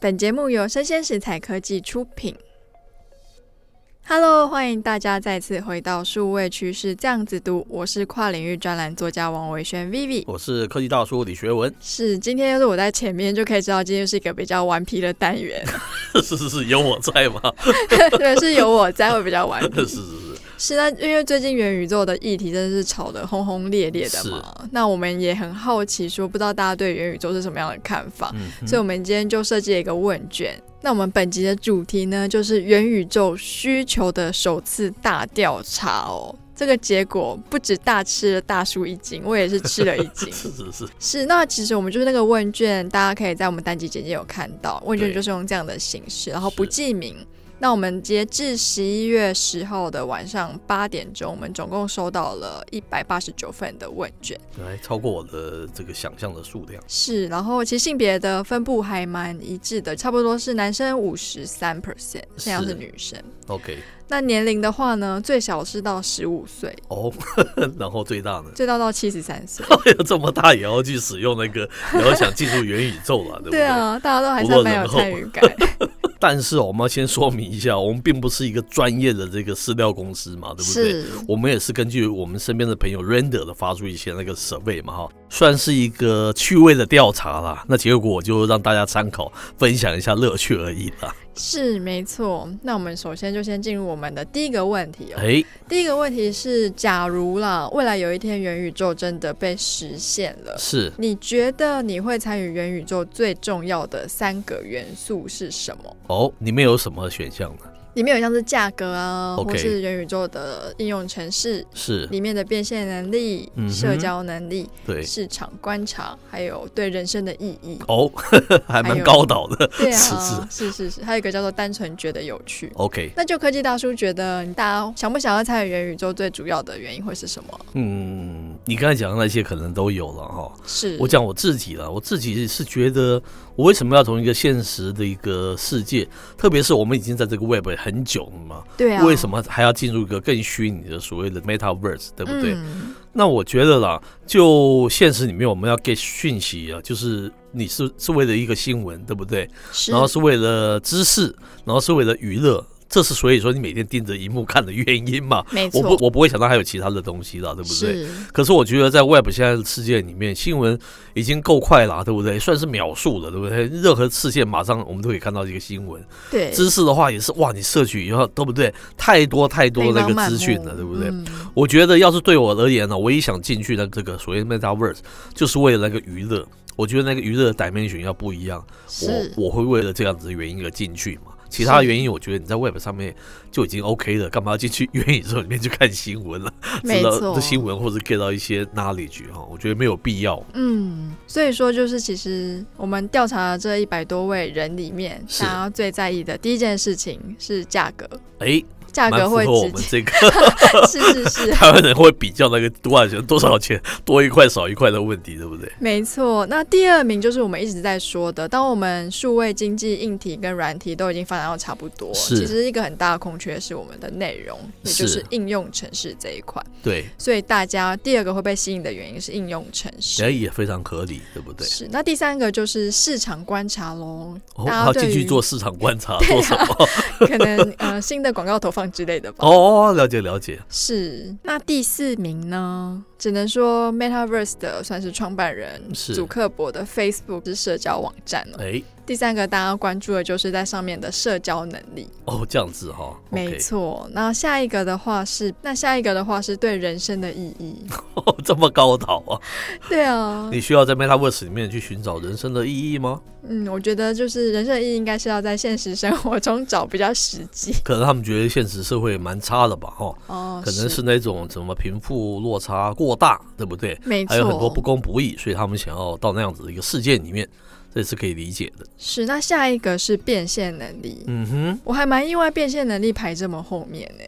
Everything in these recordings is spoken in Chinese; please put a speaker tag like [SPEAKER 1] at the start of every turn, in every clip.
[SPEAKER 1] 本节目由生鲜食材科技出品。Hello，欢迎大家再次回到数位趋势这样子读，我是跨领域专栏作家王维轩 Vivi。
[SPEAKER 2] 我是科技大叔李学文，
[SPEAKER 1] 是，今天就是我在前面就可以知道，今天是一个比较顽皮的单元，
[SPEAKER 2] 是是是，有我在吗？
[SPEAKER 1] 对，是有我在会比较顽
[SPEAKER 2] 是
[SPEAKER 1] 皮。
[SPEAKER 2] 是是，
[SPEAKER 1] 是那因为最近元宇宙的议题真的是吵得轰轰烈烈的嘛，那我们也很好奇说，不知道大家对元宇宙是什么样的看法，
[SPEAKER 2] 嗯哼，
[SPEAKER 1] 所以我们今天就设计了一个问卷。那我们本集的主题呢，就是元宇宙需求的首次大调查哦。这个结果不止大吃了大叔一惊，我也是吃了一 惊。
[SPEAKER 2] 是是是，
[SPEAKER 1] 是，那其实我们就是那个问卷，大家可以在我们单集简介有看到，问卷
[SPEAKER 2] 对
[SPEAKER 1] 就是用这样的形式，然后
[SPEAKER 2] 是
[SPEAKER 1] 不记名。那我们截至十一月十号的晚上八点钟，我们总共收到了一百八十九份的问卷，
[SPEAKER 2] 来哎超过我的这个想象的数量，
[SPEAKER 1] 是，然后其实性别的分布还蛮一致的，差不多是男生五十三 percent，剩下是
[SPEAKER 2] 是
[SPEAKER 1] 女生。
[SPEAKER 2] OK，
[SPEAKER 1] 那年龄的话呢，最小是到十五岁，
[SPEAKER 2] 哦， 然后最大呢， 哎
[SPEAKER 1] 最大到七十三岁。
[SPEAKER 2] 这么大也要去使用那 个，也要想进入元宇宙了，对不
[SPEAKER 1] 对
[SPEAKER 2] 对？
[SPEAKER 1] 啊，大家都还
[SPEAKER 2] 不
[SPEAKER 1] 是
[SPEAKER 2] 过
[SPEAKER 1] 蛮有
[SPEAKER 2] 人后
[SPEAKER 1] 参与 感。
[SPEAKER 2] 但是哦我们要先说明一下，我们并不是一个专业的这个饲料公司嘛，对不对？
[SPEAKER 1] 是，
[SPEAKER 2] 我们也是根据我们身边的朋友 render 的发出一些那个 survey 嘛哈，算是一个趣味的调查啦。那结果就让大家参考，分享一下乐趣而已啦。
[SPEAKER 1] 是没错。那我们首先就先进入我们的第一个问题哦。
[SPEAKER 2] 哎，
[SPEAKER 1] 第一个问题是：假如啦，未来有一天元宇宙真的被实现了，
[SPEAKER 2] 是
[SPEAKER 1] 你觉得你会参与元宇宙最重要的三个元素是什么？
[SPEAKER 2] 哦，里面有什么选项呢？
[SPEAKER 1] 里面有像是价格啊
[SPEAKER 2] OK
[SPEAKER 1] 或是元宇宙的应用程式
[SPEAKER 2] 是
[SPEAKER 1] 里面的变现能力、
[SPEAKER 2] 嗯哼
[SPEAKER 1] 社交能力、
[SPEAKER 2] 对。。
[SPEAKER 1] 市场观察，还有对人生的意义
[SPEAKER 2] 哦，呵呵还蛮高导的。
[SPEAKER 1] 哎 对
[SPEAKER 2] 是
[SPEAKER 1] 啊，是是是，还有一个叫做单纯觉得有趣。
[SPEAKER 2] OK，
[SPEAKER 1] 那就科技大叔觉得，大家想不想要参与元宇宙最主要的原因会是什么？
[SPEAKER 2] 嗯，你刚才讲的那些可能都有了哈。
[SPEAKER 1] 是
[SPEAKER 2] 我讲我自己了，我自己是觉得，我为什么要从一个现实的一个世界，特别是我们已经在这个 Web 很久了嘛，
[SPEAKER 1] 对啊，
[SPEAKER 2] 为什么还要进入一个更虚拟的所谓的 Metaverse，对不对？
[SPEAKER 1] 嗯、
[SPEAKER 2] 那我觉得啦，就现实里面我们要 get 讯息啊，就是你是是为了一个新闻，对不对？
[SPEAKER 1] 是
[SPEAKER 2] 然后是为了知识，然后是为了娱乐，这是所以说你每天盯着荧幕看的原因嘛。
[SPEAKER 1] 没
[SPEAKER 2] 我
[SPEAKER 1] 错，
[SPEAKER 2] 不，我不会想到还有其他的东西了，对不对？
[SPEAKER 1] 是
[SPEAKER 2] 可是我觉得在 Web 现在的世界里面，新闻已经够快了，对不对？算是秒速了，对不对？任何事件马上我们都可以看到一个新闻。
[SPEAKER 1] 对，
[SPEAKER 2] 知识的话也是哇，你摄取以后，对不对？太多太多那
[SPEAKER 1] 琳琅
[SPEAKER 2] 个
[SPEAKER 1] 满
[SPEAKER 2] 资讯
[SPEAKER 1] 目
[SPEAKER 2] 了，对不对？
[SPEAKER 1] 嗯
[SPEAKER 2] 我觉得要是对我而言呢、唯一想进去的这个所谓 Metaverse，就是为了那个娱乐。我觉得那个娱乐的 dimension 要不一样，
[SPEAKER 1] 是
[SPEAKER 2] 我我会为了这样子的原因而进去嘛。其他的
[SPEAKER 1] 是
[SPEAKER 2] 原因，我觉得你在 Web 上面就已经 OK 了，干嘛要进去元宇宙里面去看新闻了？
[SPEAKER 1] 没
[SPEAKER 2] 知道
[SPEAKER 1] 错，
[SPEAKER 2] 这新闻或者 get 到一些 knowledge 哈，我觉得没有必要。
[SPEAKER 1] 嗯，所以说就是，其实我们调查的这一百多位人里面，
[SPEAKER 2] 是
[SPEAKER 1] 大家最在意的第一件事情是价格，
[SPEAKER 2] 哎，
[SPEAKER 1] 价
[SPEAKER 2] 蛮
[SPEAKER 1] 格
[SPEAKER 2] 符
[SPEAKER 1] 会
[SPEAKER 2] 合我
[SPEAKER 1] 直
[SPEAKER 2] 们
[SPEAKER 1] 接，
[SPEAKER 2] 这个
[SPEAKER 1] 是是是，
[SPEAKER 2] 台湾人会比较那个多少钱多少钱多一块少一块的问题，对不对？
[SPEAKER 1] 没错。那第二名就是我们一直在说的，当我们数位经济硬体跟软体都已经发展到差不多，
[SPEAKER 2] 是
[SPEAKER 1] 其实一个很大的空缺是我们的内容，也就是是应用城市这一块。
[SPEAKER 2] 对，
[SPEAKER 1] 所以大家第二个会被吸引的原因是应用城市。
[SPEAKER 2] 哎也非常合理，对不对？
[SPEAKER 1] 是，那第三个就是市场观察喽。
[SPEAKER 2] 哦，
[SPEAKER 1] 大
[SPEAKER 2] 他
[SPEAKER 1] 家对
[SPEAKER 2] 进去
[SPEAKER 1] 于
[SPEAKER 2] 做市场观察，做什 么？
[SPEAKER 1] 可能呃新的广告投放之类的吧。
[SPEAKER 2] 哦，了解了解，
[SPEAKER 1] 是，那第四名呢？只能说 Metaverse 的算是创办人
[SPEAKER 2] 是
[SPEAKER 1] 祖克伯的 Facebook 是社交网站了、
[SPEAKER 2] 哎，
[SPEAKER 1] 第三个大家关注的就是在上面的社交能力，
[SPEAKER 2] 哦，这样子哈、o
[SPEAKER 1] 没 错。那下一个的话是，那下一个的话是对人生的意 义。
[SPEAKER 2] 错，哦这么高导啊！
[SPEAKER 1] 对啊，
[SPEAKER 2] 你需要在 Metaverse 里面去寻找人生的意义吗？
[SPEAKER 1] 嗯，我觉得就是人生的意义应该是要在现实生活中找比较实际
[SPEAKER 2] 可能他们觉得现实社会蛮差的吧，哈、
[SPEAKER 1] 哦，
[SPEAKER 2] 可能是那种什么贫富落差过大，对不对？
[SPEAKER 1] 没错，
[SPEAKER 2] 还有很多不公不义，所以他们想要到那样子的一个世界里面，这是可以理解的。
[SPEAKER 1] 是。那下一个是变现能力，
[SPEAKER 2] 嗯哼，
[SPEAKER 1] 我还蛮意外变现能力排这么后面呢、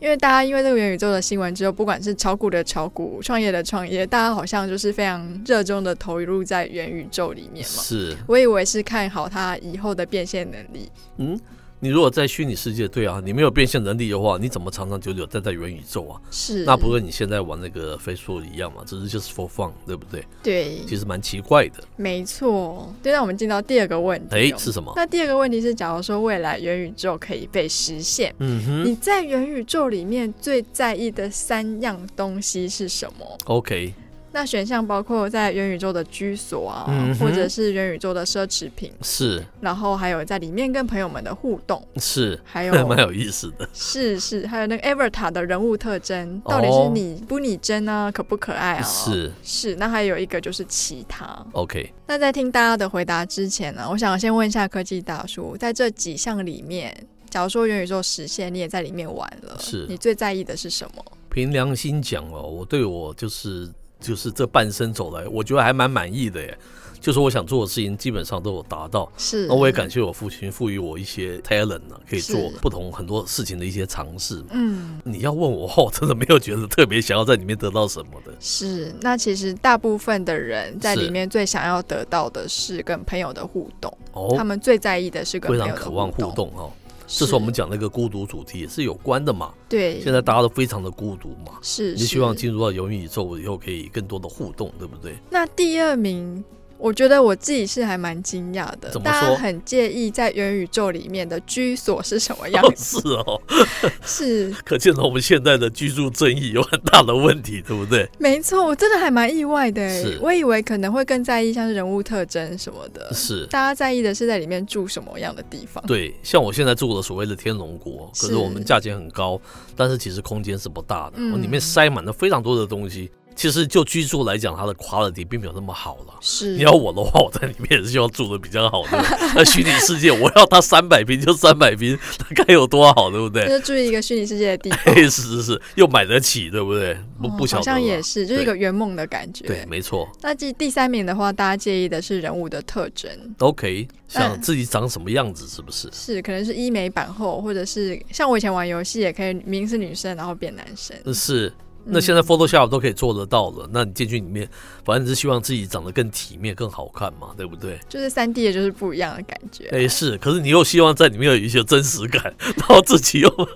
[SPEAKER 1] 因为大家因为这个元宇宙的新闻之后，不管是炒股的炒股、创业的创业，大家好像就是非常热衷的投入在元宇宙里面嘛。
[SPEAKER 2] 是，
[SPEAKER 1] 我以为是看好它以后的变现能力，
[SPEAKER 2] 嗯，你如果在虚拟世界，对啊，你没有变现能力的话，你怎么长长久久待在元宇宙啊？
[SPEAKER 1] 是
[SPEAKER 2] 那不跟你现在玩那个 Facebook 一样嘛？只是就是 for fun，对不对？
[SPEAKER 1] 对，
[SPEAKER 2] 其实蛮奇怪的。
[SPEAKER 1] 没错。对，那我们进到第二个问题、
[SPEAKER 2] 哎、
[SPEAKER 1] 哦
[SPEAKER 2] 是什么？
[SPEAKER 1] 那第二个问题是，假如说未来元宇宙可以被实现，
[SPEAKER 2] 嗯哼
[SPEAKER 1] 你在元宇宙里面最在意的三样东西是什么？
[SPEAKER 2] ，OK，
[SPEAKER 1] 那选项包括在元宇宙的居所啊，
[SPEAKER 2] 嗯哼
[SPEAKER 1] 或者是元宇宙的奢侈品，
[SPEAKER 2] 是
[SPEAKER 1] 然后还有在里面跟朋友们的互动，
[SPEAKER 2] 是，
[SPEAKER 1] 还有
[SPEAKER 2] 蛮有意思的。
[SPEAKER 1] 是是，还有那个 Avatar 的人物特征，
[SPEAKER 2] 哦
[SPEAKER 1] 到底是拟不拟真呢、可不可爱啊？
[SPEAKER 2] 是
[SPEAKER 1] 是，那还有一个就是其他。
[SPEAKER 2] OK，
[SPEAKER 1] 那在听大家的回答之前啊呢，我想先问一下科技大叔，在这几项里面，假如说元宇宙实现，你也在里面玩了，
[SPEAKER 2] 是
[SPEAKER 1] 你最在意的是什么？
[SPEAKER 2] 凭良心讲哦，我对我就是就是这半生走来，我觉得还蛮满意的耶。就是我想做的事情基本上都有达到，
[SPEAKER 1] 是，
[SPEAKER 2] 哦那我也感谢我父亲赋予我一些 talent 呢、可以做
[SPEAKER 1] 是
[SPEAKER 2] 不同很多事情的一些尝试。
[SPEAKER 1] 嗯。
[SPEAKER 2] 你要问我，我真的没有觉得特别想要在里面得到什么的。
[SPEAKER 1] 是，那其实大部分的人在
[SPEAKER 2] 是
[SPEAKER 1] 里面最想要得到的是跟朋友的互动，他
[SPEAKER 2] 哦，
[SPEAKER 1] 们最在意的是跟
[SPEAKER 2] 非
[SPEAKER 1] 朋友
[SPEAKER 2] 常
[SPEAKER 1] 的
[SPEAKER 2] 渴望互
[SPEAKER 1] 动。
[SPEAKER 2] 动哦。这是我们讲那个孤独主题也是有关的嘛。
[SPEAKER 1] 对，
[SPEAKER 2] 现在大家都非常的孤独嘛，
[SPEAKER 1] 是
[SPEAKER 2] 你就希望
[SPEAKER 1] 是
[SPEAKER 2] 进入到元宇宙以后可以更多的互动，对不对？
[SPEAKER 1] 那第二名，我觉得我自己是还蛮惊讶的
[SPEAKER 2] 怎，么
[SPEAKER 1] 大家
[SPEAKER 2] 说
[SPEAKER 1] 很介意在元宇宙里面的居所是什么样
[SPEAKER 2] 哦
[SPEAKER 1] 子，
[SPEAKER 2] 是哦，
[SPEAKER 1] 是
[SPEAKER 2] 可见我们现在的居住正义有很大的问题，对不对？
[SPEAKER 1] 没错，我真的还蛮意外的欸
[SPEAKER 2] 是，
[SPEAKER 1] 我以为可能会更在意像是人物特征什么的，
[SPEAKER 2] 是。
[SPEAKER 1] 大家在意的是在里面住什么样的地方，
[SPEAKER 2] 对，像我现在住的所谓的天龙国，可
[SPEAKER 1] 是
[SPEAKER 2] 是我们价钱很高，但是其实空间是不大的，
[SPEAKER 1] 嗯
[SPEAKER 2] 我里面塞满了非常多的东西。其实就居住来讲，它的 quality 并没有那么好了。
[SPEAKER 1] 是
[SPEAKER 2] 你要我的话，我在里面也是希望住的比较好的。 那虚拟世界，我要它三百平就三百平，它该有多好，对不对？
[SPEAKER 1] 就是住一个虚拟世界的地方。
[SPEAKER 2] 嘿，是是是，又买得起，对不对？不
[SPEAKER 1] 哦
[SPEAKER 2] 不晓
[SPEAKER 1] 好
[SPEAKER 2] 得啦，
[SPEAKER 1] 像也是，就是一
[SPEAKER 2] 对
[SPEAKER 1] 个圆梦的感觉。
[SPEAKER 2] 对，没错。
[SPEAKER 1] 那第第三名的话，大家介意的是人物的特征，
[SPEAKER 2] OK，
[SPEAKER 1] 嗯
[SPEAKER 2] 想自己长什么样子，是不是？
[SPEAKER 1] 是可能是医美版后，或者是像我以前玩游戏也可以，明明是女生然后变男生。
[SPEAKER 2] 是。那
[SPEAKER 1] 嗯
[SPEAKER 2] 现在 Photoshop 都可以做得到了，那你进去里面，反正你是希望自己长得更体面、更好看嘛，对不对？
[SPEAKER 1] 就是三 D 的就是不一样的感觉，
[SPEAKER 2] 哎，是，可是你又希望在里面有一些真实感， 然后自己又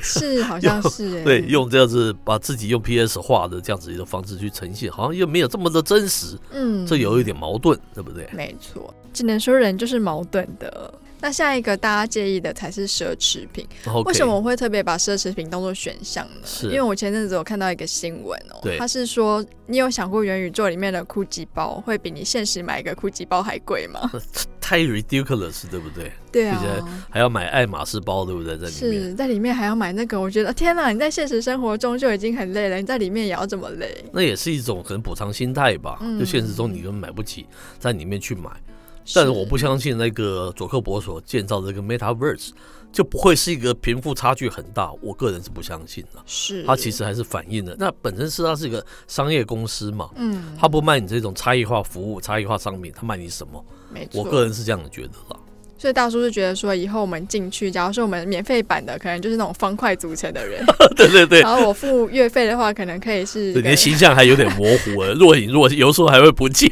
[SPEAKER 1] 是好像是、欸、
[SPEAKER 2] 对用这样子把自己用 PS 画的这样子一个方式去呈现，好像又没有这么的真实，
[SPEAKER 1] 嗯
[SPEAKER 2] 这有一点矛盾，对不对？
[SPEAKER 1] 没错，只能说人就是矛盾的。那下一个大家介意的才是奢侈品，
[SPEAKER 2] o k
[SPEAKER 1] 为什么我会特别把奢侈品当做选项呢？
[SPEAKER 2] 是
[SPEAKER 1] 因为我前阵子有看到一个新闻哦
[SPEAKER 2] 对，
[SPEAKER 1] 他是说你有想过元宇宙里面的 GUCCI 包会比你现实买一个 GUCCI 包还贵 吗？
[SPEAKER 2] 太 ridiculous，对不对？
[SPEAKER 1] 对
[SPEAKER 2] 比起
[SPEAKER 1] 啊，
[SPEAKER 2] 还要买爱马仕包，对不对？在里面
[SPEAKER 1] 是在里面还要买那个，我觉得啊天哪！你在现实生活中就已经很累了，你在里面也要这么累，
[SPEAKER 2] 那也是一种可能补偿心态吧。
[SPEAKER 1] 嗯
[SPEAKER 2] 就现实中你根本买不起，在里面去买。但是我不相信那个佐克伯所建造的这个 MetaVerse 就不会是一个贫富差距很大，我个人是不相信的。
[SPEAKER 1] 是
[SPEAKER 2] 它其实还是反映了，那本身是它是一个商业公司嘛，
[SPEAKER 1] 嗯，
[SPEAKER 2] 它不卖你这种差异化服务、差异化商品，它卖你什么？
[SPEAKER 1] 没错。
[SPEAKER 2] 我个人是这样觉得 啦。
[SPEAKER 1] 所以大叔是觉得说，以后我们进去，假如说我们免费版的，可能就是那种方块组成的人，
[SPEAKER 2] 对对对，
[SPEAKER 1] 然后我付月费的话，可能可以是
[SPEAKER 2] 对你的
[SPEAKER 1] 一
[SPEAKER 2] 形象还有点模糊了，若隐若现，有时候还会不见。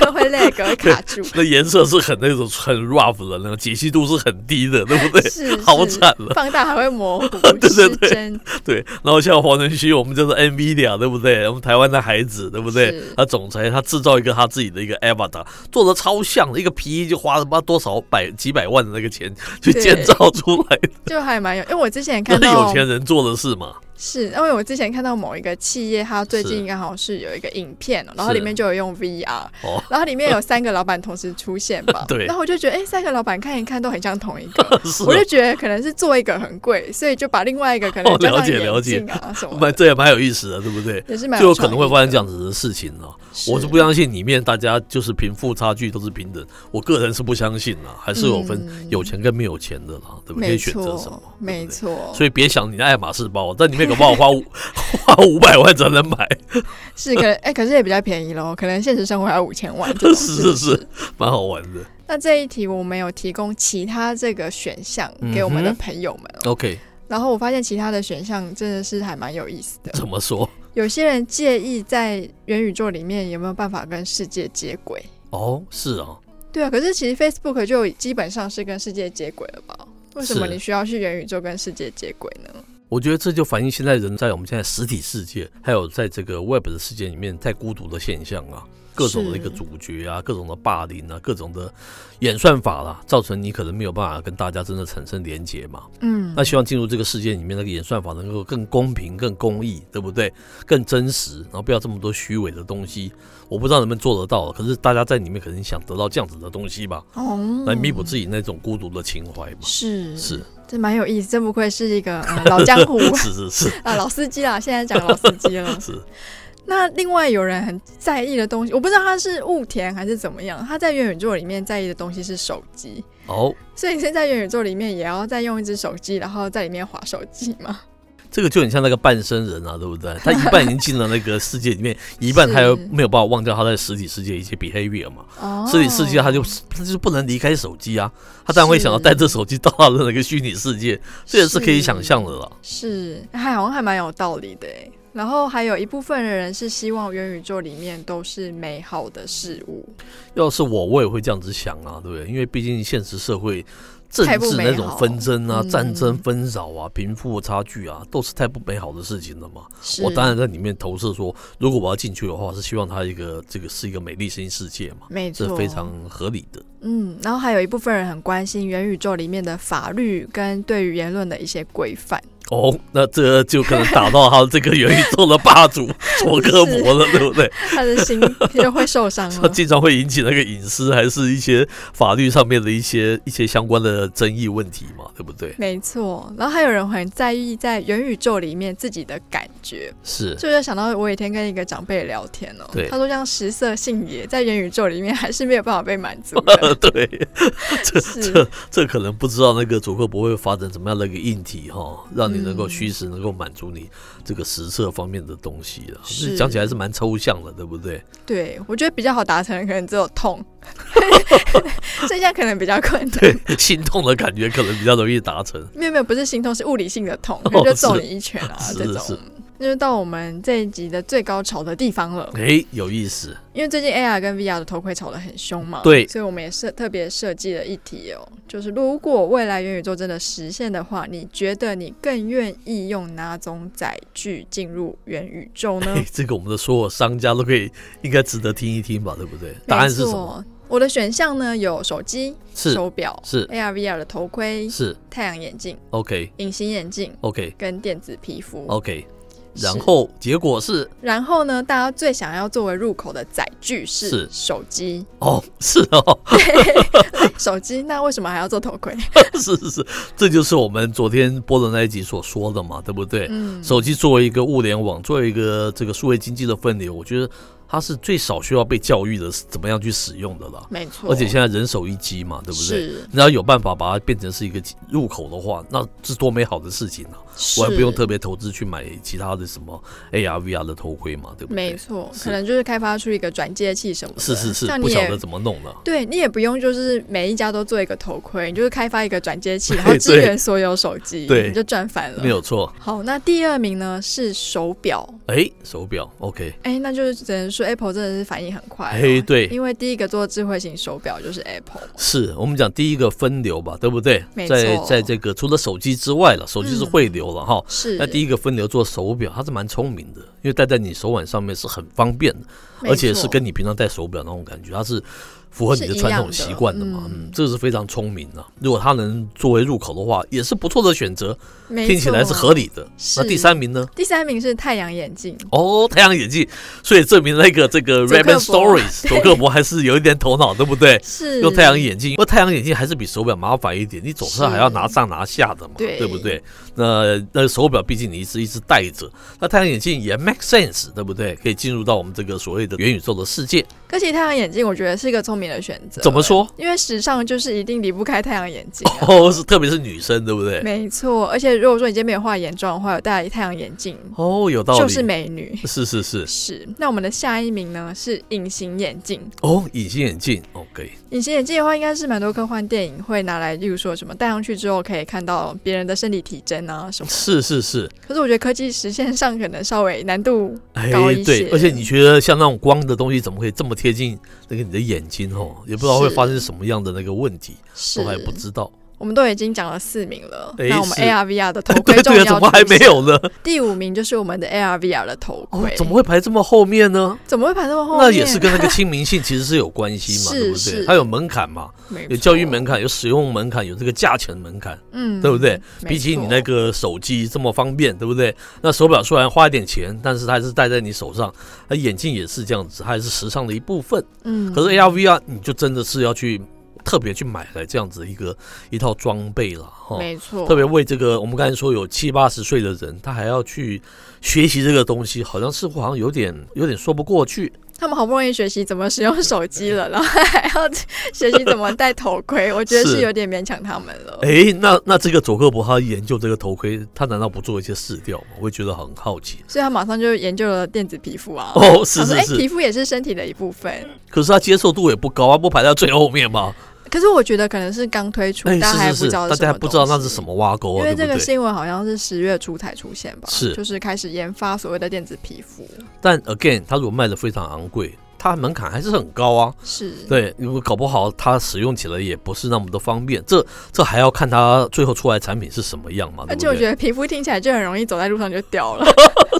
[SPEAKER 1] 个 会那个会卡住，
[SPEAKER 2] 那颜色是很那种很 rough 的，那个解析度是很低的，对 不对？
[SPEAKER 1] 是
[SPEAKER 2] 好
[SPEAKER 1] 是
[SPEAKER 2] 惨了。
[SPEAKER 1] 放大还会模糊，
[SPEAKER 2] 对对
[SPEAKER 1] 失
[SPEAKER 2] 对
[SPEAKER 1] 真
[SPEAKER 2] 对，然后像黄仁勋，我们就是 NVIDIA，对不对？我们台湾的孩子，对不对
[SPEAKER 1] 是？
[SPEAKER 2] 他总裁他制造一个他自己的一个 Avatar，做的超像的，一个皮衣就花了不知道多少百几百万的那个钱去
[SPEAKER 1] 对
[SPEAKER 2] 建造出来的，
[SPEAKER 1] 就还蛮有，因为我之前看
[SPEAKER 2] 那
[SPEAKER 1] 到
[SPEAKER 2] 有钱人做的事 嘛。
[SPEAKER 1] 是，因为我之前看到某一个企业，它最近
[SPEAKER 2] 是
[SPEAKER 1] 刚好是有一个影片哦，然后
[SPEAKER 2] 是
[SPEAKER 1] 里面就有用 VR，
[SPEAKER 2] 哦，，
[SPEAKER 1] 然后里面有三个老板同时出现吧
[SPEAKER 2] 对
[SPEAKER 1] 然后我就觉得，哎、三个老板看一看都很像同一个，
[SPEAKER 2] 是
[SPEAKER 1] 我
[SPEAKER 2] 啊
[SPEAKER 1] 就觉得可能是做一个很贵，所以就把另外一个可能
[SPEAKER 2] 哦
[SPEAKER 1] 加
[SPEAKER 2] 了
[SPEAKER 1] 上
[SPEAKER 2] 解
[SPEAKER 1] 眼
[SPEAKER 2] 了解
[SPEAKER 1] 镜 啊什么
[SPEAKER 2] 蛮
[SPEAKER 1] 的，
[SPEAKER 2] 这也蛮有意思的，对不对？
[SPEAKER 1] 也是蛮
[SPEAKER 2] 就有
[SPEAKER 1] 有
[SPEAKER 2] 可能会发生这样子的事情呢、
[SPEAKER 1] 创意的，
[SPEAKER 2] 我是不相信里面大家就是贫富差距都是平等，我个人是不相信啦，还是有分
[SPEAKER 1] 嗯
[SPEAKER 2] 有钱跟没有钱的啦，对不对？可
[SPEAKER 1] 没
[SPEAKER 2] 以选择什么
[SPEAKER 1] 错？，嗯没
[SPEAKER 2] 对不对
[SPEAKER 1] 错，
[SPEAKER 2] 所以别想你的爱马仕包，但里面可不好花 五花五百万才能 买，
[SPEAKER 1] 是可能哎、可是也比较便宜喽，可能现实生活要五千万这种，
[SPEAKER 2] 是
[SPEAKER 1] 不
[SPEAKER 2] 是是，蛮好玩的。
[SPEAKER 1] 那这一题我们有提供其他这个选项给我们的
[SPEAKER 2] 嗯哼
[SPEAKER 1] 朋友们哦、
[SPEAKER 2] OK，
[SPEAKER 1] 然后我发现其他的选项真的是还蛮有意思的。
[SPEAKER 2] 怎么说？
[SPEAKER 1] 有些人介意在元宇宙里面有没有办法跟世界接轨。
[SPEAKER 2] 哦，是啊，
[SPEAKER 1] 对啊，可是其实 Facebook 就基本上是跟世界接轨了吧？为什么
[SPEAKER 2] 是
[SPEAKER 1] 你需要去元宇宙跟世界接轨呢？
[SPEAKER 2] 我觉得这就反映现在人在我们现在实体世界，还有在这个 Web 的世界里面太孤独的现象啊，各种的一个
[SPEAKER 1] 是
[SPEAKER 2] 主角啊，各种的霸凌啊，各种的演算法啦、造成你可能没有办法跟大家真的产生连结嘛。
[SPEAKER 1] 嗯，
[SPEAKER 2] 那希望进入这个世界里面，那个演算法能够更公平、更公益，对不对？更真实，然后不要这么多虚伪的东西。我不知道能不能做得到，可是大家在里面可能想得到这样子的东西吧，
[SPEAKER 1] 哦，
[SPEAKER 2] 来弥补自己那种孤独的情怀嘛。
[SPEAKER 1] 是
[SPEAKER 2] 是，
[SPEAKER 1] 这蛮有意思，真不愧是一个、呃、老江湖
[SPEAKER 2] 是是是。
[SPEAKER 1] 啊，老司机啦，现在讲老司机了
[SPEAKER 2] 是，
[SPEAKER 1] 那另外有人很在意的东西，我不知道他是误填还是怎么样，他在元宇宙里面在意的东西是手机，
[SPEAKER 2] 好。
[SPEAKER 1] 所以你现在元宇宙里面也要再用一只手机，然后在里面划手机嘛？
[SPEAKER 2] 这个就很像那个半生人啊，对不对？他一半已经进了那个世界里面，一半
[SPEAKER 1] 是
[SPEAKER 2] 他又没有办法忘掉他在实体世界一些 behavior 嘛。
[SPEAKER 1] 哦
[SPEAKER 2] 实体世界他就他就不能离开手机啊，他当然会想要带着手机到他的那个虚拟世界，这也是可以想象的啦。
[SPEAKER 1] 是，还好像还蛮有道理的诶。然后还有一部分的人是希望元宇宙里面都是美好的事物，
[SPEAKER 2] 要是我，我也会这样子想啊，对不对？因为毕竟现实社会政
[SPEAKER 1] 太不
[SPEAKER 2] 治
[SPEAKER 1] 美
[SPEAKER 2] 那种
[SPEAKER 1] 好
[SPEAKER 2] 纷争啊、
[SPEAKER 1] 嗯
[SPEAKER 2] 战争、纷扰啊、贫富差距啊，都是太不美好的事情了嘛。
[SPEAKER 1] 是
[SPEAKER 2] 我哦当然在里面投射说，如果我要进去的话，是希望它一个这个是一个美丽新世界嘛，
[SPEAKER 1] 没
[SPEAKER 2] 这
[SPEAKER 1] 错，
[SPEAKER 2] 非常合理的。
[SPEAKER 1] 嗯，然后还有一部分人很关心元宇宙里面的法律跟对于言论的一些规范。
[SPEAKER 2] 哦，那这就可能打到他这个元宇宙的 霸主佐科伯了，对不对？
[SPEAKER 1] 他的心就会受伤
[SPEAKER 2] 他
[SPEAKER 1] 了。
[SPEAKER 2] 经常会引起那个隐私，还是一些法律上面的一些一些相关的争议问题嘛，对不对？
[SPEAKER 1] 没错，然后还有人很在意在元宇宙里面自己的感觉，
[SPEAKER 2] 是，
[SPEAKER 1] 这就想到我有一天跟一个长辈聊天哦
[SPEAKER 2] 对，
[SPEAKER 1] 他说像食色性也，在元宇宙里面还是没有办法被满足 的，
[SPEAKER 2] 呃对，
[SPEAKER 1] 是
[SPEAKER 2] 这可能不知道那个佐科伯会发展怎么样的一个硬体哈，让你能
[SPEAKER 1] 嗯
[SPEAKER 2] 够虚实能够满足你这个实测方面的东西了。
[SPEAKER 1] 是
[SPEAKER 2] 讲起来是蛮抽象的，对不对？
[SPEAKER 1] 对我觉得比较好达成，可能只有痛， 剩下可能比较困难。
[SPEAKER 2] 对，心痛的感觉可能比较容易达成。
[SPEAKER 1] 没有没有，不是心痛，是物理性的痛，可能就揍你一拳啊
[SPEAKER 2] 哦是
[SPEAKER 1] 这种
[SPEAKER 2] 是。
[SPEAKER 1] 那就到我们这一集的最高潮的地方了，
[SPEAKER 2] 哎，有意思。
[SPEAKER 1] 因为最近 AR 跟 VR 的头盔吵得很凶嘛，
[SPEAKER 2] 对
[SPEAKER 1] 所以我们也设特别设计了一题哦，就是如果未来元宇宙真的实现的话，你觉得你更愿意用哪种载具进入元宇宙呢
[SPEAKER 2] 哎？，这个我们的所有商家都可以，应该值得听一听吧，对不对？答案是什么？
[SPEAKER 1] 没错？我的选项呢有手机、
[SPEAKER 2] 是
[SPEAKER 1] 手表、
[SPEAKER 2] 是
[SPEAKER 1] AR、VR 的头盔、
[SPEAKER 2] 是
[SPEAKER 1] 太阳眼镜、
[SPEAKER 2] ，OK
[SPEAKER 1] 隐形眼镜
[SPEAKER 2] OK
[SPEAKER 1] 跟电子皮肤。
[SPEAKER 2] OK。
[SPEAKER 1] 是
[SPEAKER 2] 然后结果是
[SPEAKER 1] 然后呢，大家最想要作为入口的载具是
[SPEAKER 2] 是
[SPEAKER 1] 手机。
[SPEAKER 2] 哦，是哦，
[SPEAKER 1] 手机，那为什么还要做头盔？
[SPEAKER 2] 是是是，这就是我们昨天播的那一集所说的嘛，对不对？
[SPEAKER 1] 嗯，
[SPEAKER 2] 手机作为一个物联网，作为一个这个数位经济的分流，我觉得它是最少需要被教育的，怎么样去使用的啦。
[SPEAKER 1] 没错，
[SPEAKER 2] 而且现在人手一机嘛，对不对？
[SPEAKER 1] 是
[SPEAKER 2] 你要有办法把它变成是一个入口的话，那是多美好的事情啊！
[SPEAKER 1] 是，
[SPEAKER 2] 我还不用特别投资去买其他的什么 AR、VR 的头盔嘛，对不
[SPEAKER 1] 没
[SPEAKER 2] 对？
[SPEAKER 1] 错，
[SPEAKER 2] 是
[SPEAKER 1] 可能就是开发出一个转接器什么的，
[SPEAKER 2] 是是是
[SPEAKER 1] 像，你
[SPEAKER 2] 不晓得
[SPEAKER 1] 也。
[SPEAKER 2] 怎么弄了。
[SPEAKER 1] 对你也不用，就是每一家都做一个头盔，你就是开发一个转接器，然后
[SPEAKER 2] 对
[SPEAKER 1] 支援所有手机，
[SPEAKER 2] 对
[SPEAKER 1] 你就赚翻了。
[SPEAKER 2] 没有错，
[SPEAKER 1] 好，那第二名呢是手表，
[SPEAKER 2] 哎，手表，OK，
[SPEAKER 1] 哎，那就是只能说 Apple 真的是反应很快、哦，
[SPEAKER 2] 哎，对，
[SPEAKER 1] 因为第一个做智慧型手表就是 Apple，
[SPEAKER 2] 是我们讲第一个分流吧，对不对
[SPEAKER 1] 没？
[SPEAKER 2] 在
[SPEAKER 1] 错
[SPEAKER 2] 在这个除了手机之外了，手机是
[SPEAKER 1] 嗯
[SPEAKER 2] 汇流了哈。
[SPEAKER 1] 是，
[SPEAKER 2] 那第一个分流做手表，它是蛮聪明的，因为戴在你手腕上面是很方便的，
[SPEAKER 1] 没
[SPEAKER 2] 而且是
[SPEAKER 1] 错
[SPEAKER 2] 跟你平常戴手表那种感觉，它是符合你
[SPEAKER 1] 是
[SPEAKER 2] 的
[SPEAKER 1] 一
[SPEAKER 2] 传
[SPEAKER 1] 样
[SPEAKER 2] 统
[SPEAKER 1] 的
[SPEAKER 2] 习惯的嘛。
[SPEAKER 1] 嗯
[SPEAKER 2] 嗯，这个是非常聪明的、如果它能作为入口的话，也是不错的选择，
[SPEAKER 1] 没
[SPEAKER 2] 听起来是
[SPEAKER 1] 错
[SPEAKER 2] 合理的。
[SPEAKER 1] 是
[SPEAKER 2] 那第三名呢？
[SPEAKER 1] 第三名是太阳眼镜，
[SPEAKER 2] 哦，太阳眼镜，所以证明那个这个
[SPEAKER 1] 佐克
[SPEAKER 2] r a b a
[SPEAKER 1] 伯
[SPEAKER 2] n Stories 佐克伯还是有一点头脑，对不对？
[SPEAKER 1] 是
[SPEAKER 2] 用太阳眼镜，不过太阳眼镜还是比手表麻烦一点，你总是还要拿上拿下的嘛，
[SPEAKER 1] 对
[SPEAKER 2] 不对？那那手表毕竟你一直一直戴着，那太阳眼镜也 make sense，对不对？可以进入到我们这个所谓的元宇宙的世界。
[SPEAKER 1] 可其实太阳眼镜我觉得是一个聪明的选择。
[SPEAKER 2] 怎么？ 说？
[SPEAKER 1] 因为时尚就是一定离不开太阳眼镜啊、
[SPEAKER 2] 哦，是特别是女生，对不对？
[SPEAKER 1] 没错。而且如果说你今天没有化眼妆的话，有戴太阳眼镜
[SPEAKER 2] 哦，有道理，
[SPEAKER 1] 就是美女。
[SPEAKER 2] 是是是，
[SPEAKER 1] 是。那我们的下一名呢是隐形眼镜。
[SPEAKER 2] 哦，隐形眼镜，OK，
[SPEAKER 1] 隐形眼镜的话，应该是蛮多科幻电影会拿来，例如说什么戴上去之后可以看到别人的身体体征啊 什么。
[SPEAKER 2] 是是是。
[SPEAKER 1] 可是我觉得科技实现上可能稍微难度
[SPEAKER 2] 哎
[SPEAKER 1] 高一，些
[SPEAKER 2] 对，而且你觉得像那种光的东西，怎么可以这么贴近那个你的眼睛哦？也不知道会
[SPEAKER 1] 是
[SPEAKER 2] 发生什么样的那个问题，
[SPEAKER 1] 是
[SPEAKER 2] 都还不知道。
[SPEAKER 1] 我们都已经讲了四名了，
[SPEAKER 2] 诶
[SPEAKER 1] 那我们
[SPEAKER 2] 是
[SPEAKER 1] ARVR 的头盔
[SPEAKER 2] 对
[SPEAKER 1] 终于
[SPEAKER 2] 对，怎
[SPEAKER 1] 要
[SPEAKER 2] 么还
[SPEAKER 1] 出
[SPEAKER 2] 没
[SPEAKER 1] 现
[SPEAKER 2] 有 呢？
[SPEAKER 1] 第五名就是我们的 ARVR 的头
[SPEAKER 2] 哦
[SPEAKER 1] 盔，，
[SPEAKER 2] 怎么会排这么后面呢？
[SPEAKER 1] 怎么会排那么后面？
[SPEAKER 2] 那也是跟那个亲民性其实是有关系嘛，
[SPEAKER 1] 是
[SPEAKER 2] 对不
[SPEAKER 1] 是
[SPEAKER 2] 对？它有门槛嘛，
[SPEAKER 1] 没
[SPEAKER 2] 有教育
[SPEAKER 1] 错
[SPEAKER 2] 门，槛，有使用门槛，有这个价钱门槛。
[SPEAKER 1] 嗯，
[SPEAKER 2] 对不对？
[SPEAKER 1] 没
[SPEAKER 2] 比起你
[SPEAKER 1] 错
[SPEAKER 2] 那个手机这么方便，对不对？那手表虽然花一点钱，但是它还是戴在你手上。那眼镜也是这样子，它还是时尚的一部分。
[SPEAKER 1] 嗯，
[SPEAKER 2] 可是 AR VR 啊你就真的是要去特别去买来这样子一个一套装备了哈。
[SPEAKER 1] 没错，
[SPEAKER 2] 特别为这个，我们刚才说有七八十岁的人，他还要去学习这个东西，好像似乎好像有点有点说不过去。
[SPEAKER 1] 他们好不容易学习怎么使用手机了，然后还要学习怎么戴头 盔，我觉得是
[SPEAKER 2] 是
[SPEAKER 1] 有点勉强他们了。
[SPEAKER 2] 诶，那那这个佐克伯他研究这个头盔，他难道不做一些试调吗？我会觉得很好奇。
[SPEAKER 1] 所以他马上就研究了电子皮肤啊。
[SPEAKER 2] 哦，是
[SPEAKER 1] 他说
[SPEAKER 2] 是
[SPEAKER 1] 哎、
[SPEAKER 2] 是，
[SPEAKER 1] 皮肤也是身体的一部分。
[SPEAKER 2] 可是他接受度也不高啊，不排在最后面吗？
[SPEAKER 1] 可是我觉得可能是刚推出，
[SPEAKER 2] 哎，
[SPEAKER 1] 大家还
[SPEAKER 2] 是
[SPEAKER 1] 不
[SPEAKER 2] 是
[SPEAKER 1] 知
[SPEAKER 2] 是，
[SPEAKER 1] 道
[SPEAKER 2] 大家还不知道那是
[SPEAKER 1] 么
[SPEAKER 2] 什么挖沟
[SPEAKER 1] 东西。因
[SPEAKER 2] 啊，
[SPEAKER 1] 为
[SPEAKER 2] 对
[SPEAKER 1] 这
[SPEAKER 2] 不
[SPEAKER 1] 个
[SPEAKER 2] 对？
[SPEAKER 1] 新闻好像是十月初才出现吧，
[SPEAKER 2] 是
[SPEAKER 1] 就是开始研发所谓的电子皮肤，
[SPEAKER 2] 但 again，他如果卖的非常昂贵，它门槛还是很高啊。
[SPEAKER 1] 是
[SPEAKER 2] 对，如果搞不好它使用起来也不是那么的方便，这这还要看它最后出来的产品是什么样嘛，啊对
[SPEAKER 1] 而
[SPEAKER 2] 不
[SPEAKER 1] 啊且我
[SPEAKER 2] 对？
[SPEAKER 1] 觉得皮肤听起来就很容易走在路上就掉 了，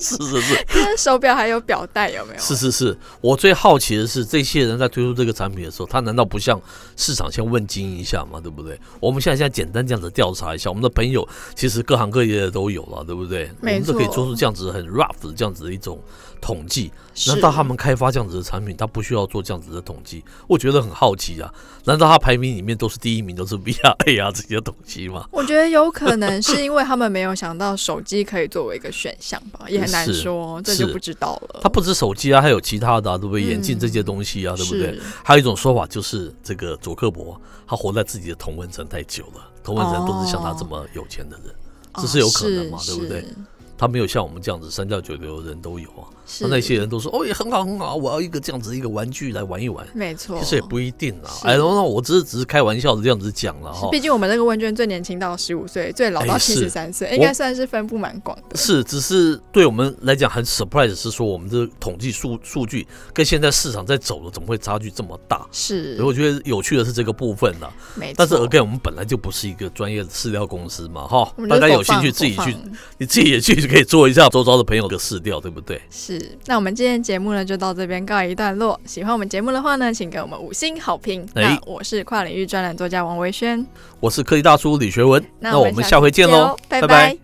[SPEAKER 2] 是是 是
[SPEAKER 1] 跟手表还有表带有没有？
[SPEAKER 2] 是是是，我最好奇的是，这些人在推出这个产品的时候，他难道不向市场先问津一下吗？对不对？我们现在现在简单这样子调查一下，我们的朋友其实各行各业的都有了，对不对？我
[SPEAKER 1] 没
[SPEAKER 2] 们都可以
[SPEAKER 1] 错
[SPEAKER 2] 做出这样子很 rough 的这样子的一种统计。
[SPEAKER 1] 是
[SPEAKER 2] 难道他们开发这样子的产品，他不需要做这样子的统计？我觉得很好奇啊。难道他排名里面都是第一名，都是 VRA 啊这些东西吗？
[SPEAKER 1] 我觉得有可能是因为他们没有想到手机可以作为一个选项吧，也很难
[SPEAKER 2] 是
[SPEAKER 1] 说，这就是不知道了。
[SPEAKER 2] 它不止手机啊，还有其他的、啊，对不对？
[SPEAKER 1] 呃嗯
[SPEAKER 2] 眼镜这些东西啊，对不对？
[SPEAKER 1] 是？
[SPEAKER 2] 还有一种说法就是，这个佐克伯他活在自己的同温层太久了，同温层都是像他这么有钱的人，这是有可能嘛
[SPEAKER 1] 哦
[SPEAKER 2] 对不对？他没有像我们这样子三教九流的人都有啊。
[SPEAKER 1] 是
[SPEAKER 2] 那那些人都说哦，也很好很好，我要一个这样子一个玩具来玩一玩。
[SPEAKER 1] 没错，
[SPEAKER 2] 其实也不一定啊，
[SPEAKER 1] 是
[SPEAKER 2] 哎，那我只是只是开玩笑的这样子讲了
[SPEAKER 1] 是
[SPEAKER 2] 哈。
[SPEAKER 1] 毕竟我们这个问卷最年轻到十五岁，最老到
[SPEAKER 2] 啊哎
[SPEAKER 1] 七
[SPEAKER 2] 是
[SPEAKER 1] 十三岁，
[SPEAKER 2] 我
[SPEAKER 1] 应该算是分布蛮广的。
[SPEAKER 2] 是，只是对我们来讲很 surprise，是说我们这个统计数数据跟现在市场在走的怎么会差距这么大？
[SPEAKER 1] 是
[SPEAKER 2] 所以，我觉得有趣的是这个部分啦。
[SPEAKER 1] 没错。
[SPEAKER 2] 但是 again，我们本来就不是一个专业的饲料公司嘛，哈
[SPEAKER 1] 我，们就
[SPEAKER 2] 大
[SPEAKER 1] 是
[SPEAKER 2] 家有
[SPEAKER 1] 否放
[SPEAKER 2] 兴趣自己
[SPEAKER 1] 否
[SPEAKER 2] 去，
[SPEAKER 1] 放
[SPEAKER 2] 你自己也去可以做一下周遭的朋友的试调，对不对？
[SPEAKER 1] 是，那我们今天节目呢就到这边告一段落。喜欢我们节目的话呢，请给我们五星好评。
[SPEAKER 2] 哎
[SPEAKER 1] 那我是跨领域专栏作家王维轩，
[SPEAKER 2] 我是科技大叔李学文，那
[SPEAKER 1] 我
[SPEAKER 2] 我
[SPEAKER 1] 们
[SPEAKER 2] 们下回见喽
[SPEAKER 1] 哦喽，，拜
[SPEAKER 2] 拜
[SPEAKER 1] 拜